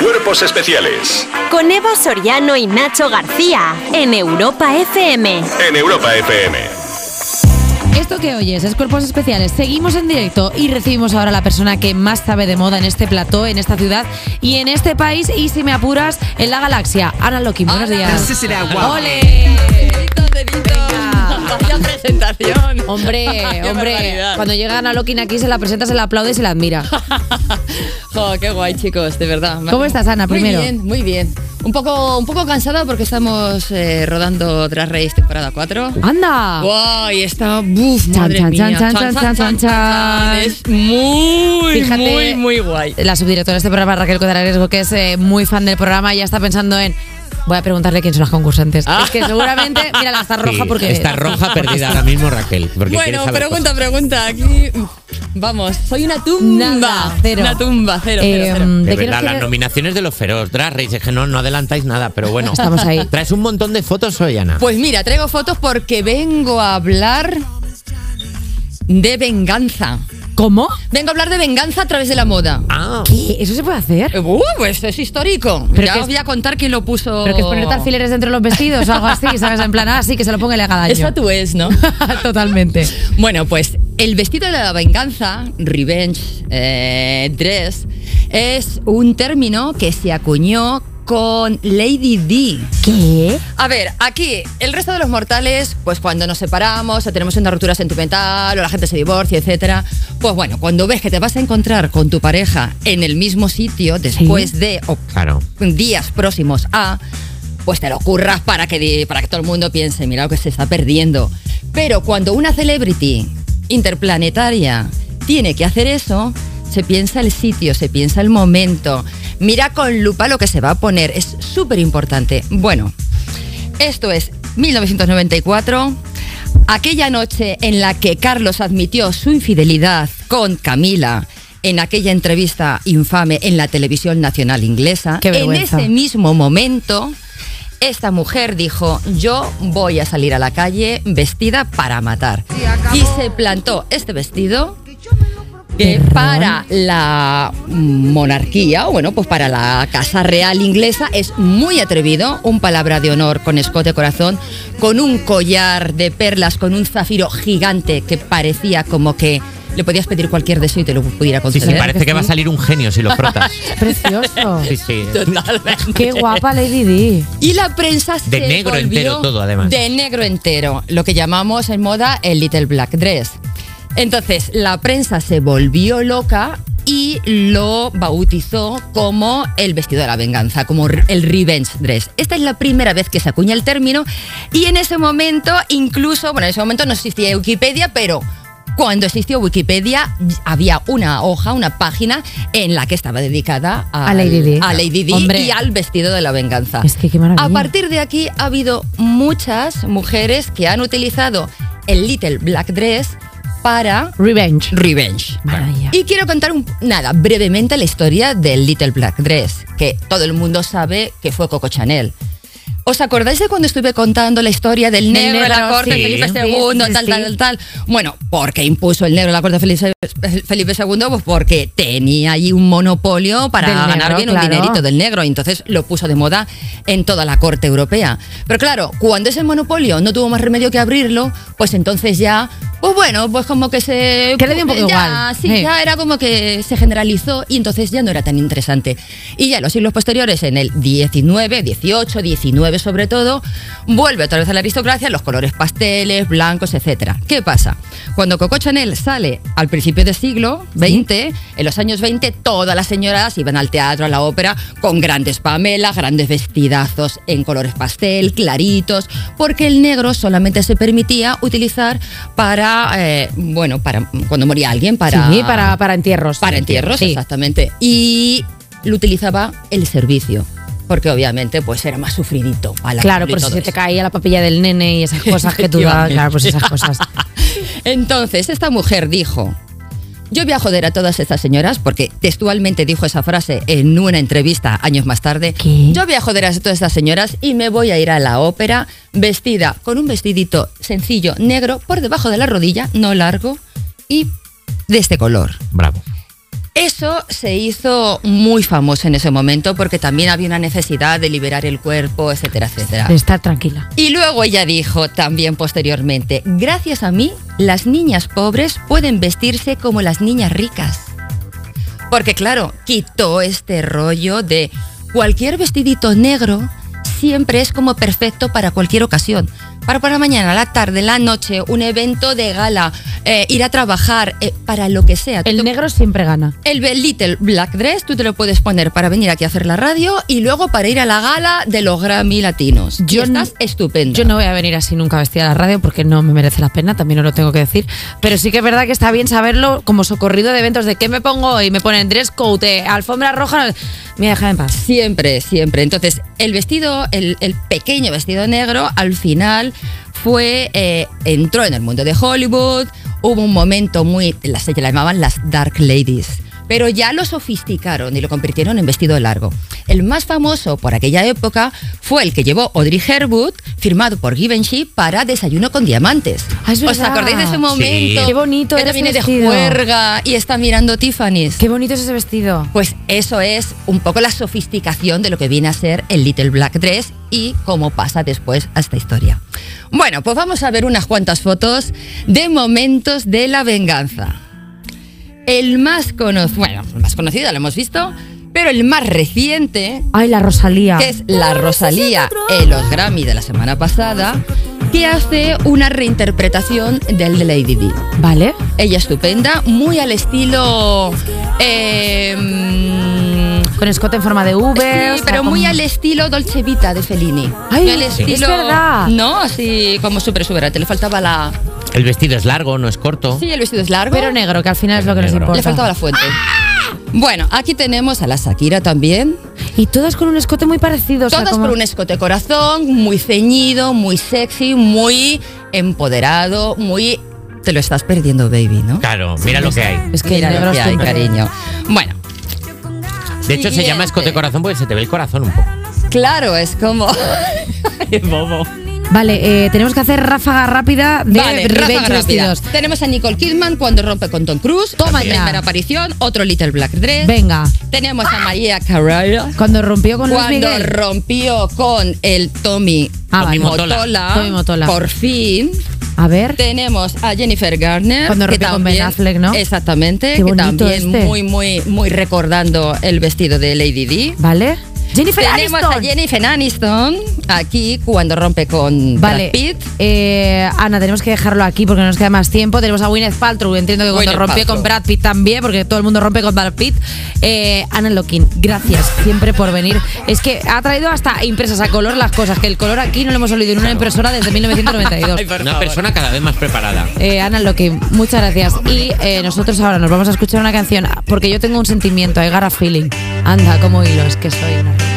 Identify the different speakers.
Speaker 1: Cuerpos especiales
Speaker 2: Con Eva Soriano y Nacho García en Europa FM.
Speaker 1: en Europa FM.
Speaker 3: Esto que oyes es Cuerpos Especiales. Seguimos en directo y recibimos ahora a la persona que más sabe de moda en este plató, en esta ciudad y en este país y, si me apuras, en la galaxia. Ana Loki, buenos días. ¡Ole!
Speaker 4: Vaya presentación.
Speaker 3: Hombre,
Speaker 4: Qué
Speaker 3: hombre,
Speaker 4: barbaridad.
Speaker 3: cuando llega Ana Lokin aquí se la presenta, se la aplaude y se la admira.
Speaker 4: Jo, qué guay, chicos, de verdad.
Speaker 3: ¿Cómo estás, Ana,
Speaker 4: Muy
Speaker 3: primero?
Speaker 4: bien, muy bien. Un poco, un poco cansada porque estamos eh, rodando Drag Race temporada 4.
Speaker 3: ¡Anda!
Speaker 4: Guau, y está, buf,
Speaker 3: Ah.
Speaker 4: madre
Speaker 3: chan,
Speaker 4: mía.
Speaker 3: chan, chan, chan, chan, chan.
Speaker 4: Es muy,
Speaker 3: Fíjate-
Speaker 4: muy, muy guay.
Speaker 3: La subdirectora de este programa, Raquel Cotaragresgo, que es eh, muy fan del programa, ya está pensando en. Voy a preguntarle quién son las concursantes.
Speaker 4: Ah.
Speaker 3: Es que seguramente. Mira, la está roja
Speaker 5: Sí,
Speaker 3: porque.
Speaker 5: Está roja perdida ahora mismo, Raquel. porque quiere
Speaker 4: Bueno,
Speaker 5: saber
Speaker 4: pregunta,
Speaker 5: cosas.
Speaker 4: pregunta. Aquí, vamos, soy una tumba.
Speaker 3: Nada, cero.
Speaker 4: Una tumba, cero, cero,
Speaker 3: Eh,
Speaker 4: cero.
Speaker 3: ¿de
Speaker 5: De
Speaker 3: qué
Speaker 5: verdad,
Speaker 3: nos
Speaker 5: las
Speaker 3: quiere-
Speaker 5: nominaciones de los feroz, Drag Race, es que no, no adelantáis nada, pero bueno.
Speaker 3: Estamos ahí.
Speaker 5: Traes un montón de fotos hoy, Ana.
Speaker 4: Pues mira, traigo fotos porque vengo a hablar de venganza.
Speaker 3: ¿Cómo?
Speaker 4: Vengo a hablar de venganza a través de la moda.
Speaker 5: ah,
Speaker 3: ¿Qué? ¿Eso se puede hacer?
Speaker 4: Eh, Uh, pues es histórico.
Speaker 3: Pero
Speaker 4: ya
Speaker 3: que
Speaker 4: os
Speaker 3: es-
Speaker 4: voy a contar quién lo puso.
Speaker 3: Pero que es ponerte alfileres dentro de los vestidos o algo así, ¿sabes? En plan, ah, sí, que se lo ponga y le haga daño.
Speaker 4: Esa tú es, ¿no?
Speaker 3: Totalmente.
Speaker 4: bueno, pues el vestido de la venganza, revenge eh, dress, es un término que se acuñó con Lady D.
Speaker 3: ¿Qué?
Speaker 4: A ver, aquí, el resto de los mortales, pues cuando nos separamos, o tenemos una ruptura sentimental, o la gente se divorcia, etcétera, pues bueno, cuando ves que te vas a encontrar con tu pareja en el mismo sitio después de o
Speaker 5: claro.
Speaker 4: días próximos a, pues te lo curras para que, di- para que todo el mundo piense, mira lo que se está perdiendo. Pero cuando una celebrity interplanetaria tiene que hacer eso, se piensa el sitio, se piensa el momento, mira con lupa lo que se va a poner, es súper importante. Bueno, esto es 1994, aquella noche en la que Carlos admitió su infidelidad con Camila en aquella entrevista infame en la televisión nacional inglesa.
Speaker 3: Qué
Speaker 4: en
Speaker 3: vergüenza.
Speaker 4: ese mismo momento, esta mujer dijo, yo voy a salir a la calle vestida para matar. Y se plantó este vestido que
Speaker 3: Perdón.
Speaker 4: para la monarquía, o bueno, pues para la Casa Real inglesa, es muy atrevido. Un palabra de honor con escote corazón, con un collar de perlas, con un zafiro gigante que parecía como que le podías pedir cualquier deseo y te lo pudiera
Speaker 5: Sí,
Speaker 4: conceder.
Speaker 5: sí, parece que va a salir un genio si lo frotas.
Speaker 3: Precioso.
Speaker 5: Sí, sí.
Speaker 4: Totalmente.
Speaker 3: Qué guapa Lady Di.
Speaker 4: Y la prensa
Speaker 5: De
Speaker 4: se
Speaker 5: negro
Speaker 4: volvió
Speaker 5: entero todo, además.
Speaker 4: De negro entero, lo que llamamos en moda el Little Black Dress. Entonces, la prensa se volvió loca y lo bautizó como el vestido de la venganza, como r- el revenge dress. Esta es la primera vez que se acuña el término y en ese momento, incluso, bueno, en ese momento no existía Wikipedia, pero cuando existió Wikipedia había una hoja, una página en la que estaba dedicada a,
Speaker 3: A Lady Di.
Speaker 4: a Lady Di
Speaker 3: Hombre.
Speaker 4: y al vestido de la venganza.
Speaker 3: Es que qué maravilla.
Speaker 4: A partir de aquí ha habido muchas mujeres que han utilizado el Little Black Dress para
Speaker 3: Revenge.
Speaker 4: revenge.
Speaker 3: Maravilla.
Speaker 4: Y quiero contar un- nada, brevemente la historia del Little Black Dress, que todo el mundo sabe que fue Coco Chanel. ¿Os acordáis de cuando estuve contando la historia
Speaker 3: Del
Speaker 4: del negro, en la
Speaker 3: negro,
Speaker 4: corte
Speaker 3: sí.
Speaker 4: Felipe
Speaker 3: Sí,
Speaker 4: II,
Speaker 3: sí,
Speaker 4: tal,
Speaker 3: sí.
Speaker 4: tal, tal, tal? Bueno, porque impuso el negro en la corte Felipe, Felipe II, pues porque tenía allí un monopolio para
Speaker 3: Del
Speaker 4: ganar
Speaker 3: negro,
Speaker 4: bien
Speaker 3: claro.
Speaker 4: un dinerito del negro, y entonces lo puso de moda en toda la corte europea. Pero claro, cuando ese monopolio no tuvo más remedio que abrirlo, pues entonces ya, pues bueno, pues como que se...
Speaker 3: Que le dio un poco
Speaker 4: ya,
Speaker 3: igual.
Speaker 4: Sí,
Speaker 3: Sí.
Speaker 4: ya era como que se generalizó y entonces ya no era tan interesante. Y ya en los siglos posteriores, en el 19, 18, 19 sobre todo, vuelve otra vez a la aristocracia, los colores pasteles, blancos, etcétera. ¿Qué pasa? Cuando Coco Chanel sale al principio del siglo 20, en los años 20, todas las señoras iban al teatro, a la ópera, con grandes pamelas, grandes vestidazos en colores pastel, claritos, porque el negro solamente se permitía utilizar para, eh, bueno, para cuando moría alguien, Ah, para...
Speaker 3: Sí, para, para entierros.
Speaker 4: Para entierros,
Speaker 3: Sí.
Speaker 4: exactamente. Y lo utilizaba el servicio, porque obviamente pues era más sufridito. a la
Speaker 3: Claro,
Speaker 4: hora y
Speaker 3: por si
Speaker 4: todo
Speaker 3: se te
Speaker 4: eso.
Speaker 3: caía la papilla del nene y esas cosas que tú dabas. Claro, pues esas cosas.
Speaker 4: Entonces, esta mujer dijo, yo voy a joder a todas estas señoras, porque textualmente dijo esa frase en una entrevista años más tarde,
Speaker 3: ¿Qué?
Speaker 4: yo voy a joder a todas estas señoras y me voy a ir a la ópera vestida con un vestidito sencillo negro por debajo de la rodilla, no largo, y de este color.
Speaker 5: Bravo.
Speaker 4: Eso se hizo muy famoso en ese momento porque también había una necesidad de liberar el cuerpo, etcétera, etcétera.
Speaker 3: De estar tranquila.
Speaker 4: Y luego ella dijo también posteriormente, gracias a mí, las niñas pobres pueden vestirse como las niñas ricas. Porque claro, quitó este rollo de cualquier vestidito negro siempre es como perfecto para cualquier ocasión. Para por la mañana, la tarde, la noche, un evento de gala, eh, ir a trabajar, eh, para lo que sea.
Speaker 3: El
Speaker 4: Tú-
Speaker 3: negro siempre gana.
Speaker 4: el Be- Little Black Dress tú te lo puedes poner para venir aquí a hacer la radio y luego para ir a la gala de los Grammy Latinos.
Speaker 3: Yo
Speaker 4: Yo estás
Speaker 3: n-
Speaker 4: estupendo.
Speaker 3: Yo no voy a venir así nunca vestida a la radio porque no me merece la pena, también os lo tengo que decir. Pero sí que es verdad que está bien saberlo como socorrido de eventos de qué me pongo hoy. Me ponen dress coat, eh, alfombra roja. no- Mira, déjame en paz.
Speaker 4: Siempre, siempre. Entonces, el vestido, el, el pequeño vestido negro, al final fue, eh, entró en el mundo de Hollywood, hubo un momento muy, las, se llamaban las Dark Ladies, pero ya lo sofisticaron y lo convirtieron en vestido largo. El más famoso por aquella época fue el que llevó Audrey Hepburn, firmado por Givenchy, para Desayuno con Diamantes.
Speaker 3: Ah, es
Speaker 4: ¿Os
Speaker 3: verdad.
Speaker 4: acordáis de ese momento?
Speaker 3: Qué bonito
Speaker 4: Ella
Speaker 3: era ese
Speaker 4: viene de
Speaker 3: vestido.
Speaker 4: juerga y está mirando Tiffany's.
Speaker 3: Qué bonito es ese vestido.
Speaker 4: Pues eso es un poco la sofisticación de lo que viene a ser el Little Black Dress y cómo pasa después a esta historia. Bueno, pues vamos a ver unas cuantas fotos de momentos de la venganza. El más conocido, bueno, el más conocido lo hemos visto, pero el más reciente,
Speaker 3: Ay, la Rosalía.
Speaker 4: que es la Rosalía en los Grammy de la semana pasada, que hace una reinterpretación del de Lady Di.
Speaker 3: ¿Vale?
Speaker 4: Ella estupenda, muy al estilo... em,
Speaker 3: Con escote en forma de V. o
Speaker 4: Sí,
Speaker 3: sea,
Speaker 4: pero
Speaker 3: con-
Speaker 4: muy al estilo Dolce Vita de Fellini.
Speaker 3: Ay,
Speaker 4: Muy al
Speaker 3: sí. es verdad.
Speaker 4: No, así como súper superate. Le faltaba la.
Speaker 5: El vestido es largo, no es corto.
Speaker 4: Sí, el vestido es largo.
Speaker 3: Pero negro, que al final es lo que nos
Speaker 5: Negro.
Speaker 3: importa.
Speaker 4: Le faltaba la fuente. Bueno, aquí tenemos a la Shakira también.
Speaker 3: Y todas con un escote muy parecido. o sea,
Speaker 4: Todas
Speaker 3: como-
Speaker 4: por un escote corazón, muy ceñido, muy sexy, muy empoderado, muy. Te lo estás perdiendo, baby, ¿no?
Speaker 5: Claro, mira lo que hay.
Speaker 3: Es que
Speaker 4: Mira
Speaker 3: el
Speaker 4: lo
Speaker 3: negro
Speaker 4: que hay,
Speaker 3: siempre-
Speaker 4: cariño. Bueno,
Speaker 5: De hecho, se llama
Speaker 4: Siguiente.
Speaker 5: escote corazón porque se te ve el corazón un poco.
Speaker 4: claro, es como. bobo.
Speaker 3: Vale, eh, tenemos que hacer ráfaga rápida de
Speaker 4: Vale,
Speaker 3: revenge
Speaker 4: ráfaga rápida.
Speaker 3: vestidos.
Speaker 4: Tenemos a Nicole Kidman cuando rompe con Tom Cruise.
Speaker 3: Toma
Speaker 4: su
Speaker 3: ya.
Speaker 4: Primera aparición, otro Little Black Dress.
Speaker 3: Venga,
Speaker 4: Tenemos a María Carrera
Speaker 3: cuando rompió con Luis
Speaker 4: cuando
Speaker 3: Miguel.
Speaker 4: rompió con el Tommy
Speaker 3: Ah,
Speaker 5: vale.
Speaker 4: Motola.
Speaker 5: Motola.
Speaker 3: Tommy Motola.
Speaker 4: Por fin.
Speaker 3: A ver.
Speaker 4: Tenemos a Jennifer Garner.
Speaker 3: Cuando rompió con Ben Affleck, ¿no?
Speaker 4: Exactamente.
Speaker 3: Qué
Speaker 4: que
Speaker 3: bonito
Speaker 4: también
Speaker 3: este.
Speaker 4: muy, muy, muy recordando el vestido de Lady D.
Speaker 3: ¿Vale? Jennifer
Speaker 4: Tenemos
Speaker 3: Aniston.
Speaker 4: a Jennifer Aniston aquí cuando rompe con
Speaker 3: Vale,
Speaker 4: Brad Pitt.
Speaker 3: eh, Ana, tenemos que dejarlo aquí porque no nos queda más tiempo. Tenemos a Gwyneth Paltrow, entiendo que cuando
Speaker 4: Gwyneth
Speaker 3: rompió
Speaker 4: Paltrow.
Speaker 3: con Brad Pitt también, porque todo el mundo rompe con Brad Pitt. Eh, Ana Lokin, gracias siempre por venir. Es que ha traído hasta impresas a color las cosas, que el color aquí no lo hemos olido en una impresora desde 1992.
Speaker 5: Una persona cada vez más preparada.
Speaker 3: Eh, Ana Loki, muchas gracias. Y eh, nosotros ahora nos vamos a escuchar una canción porque yo tengo un sentimiento, I got a feeling. Anda, como hilos que soy.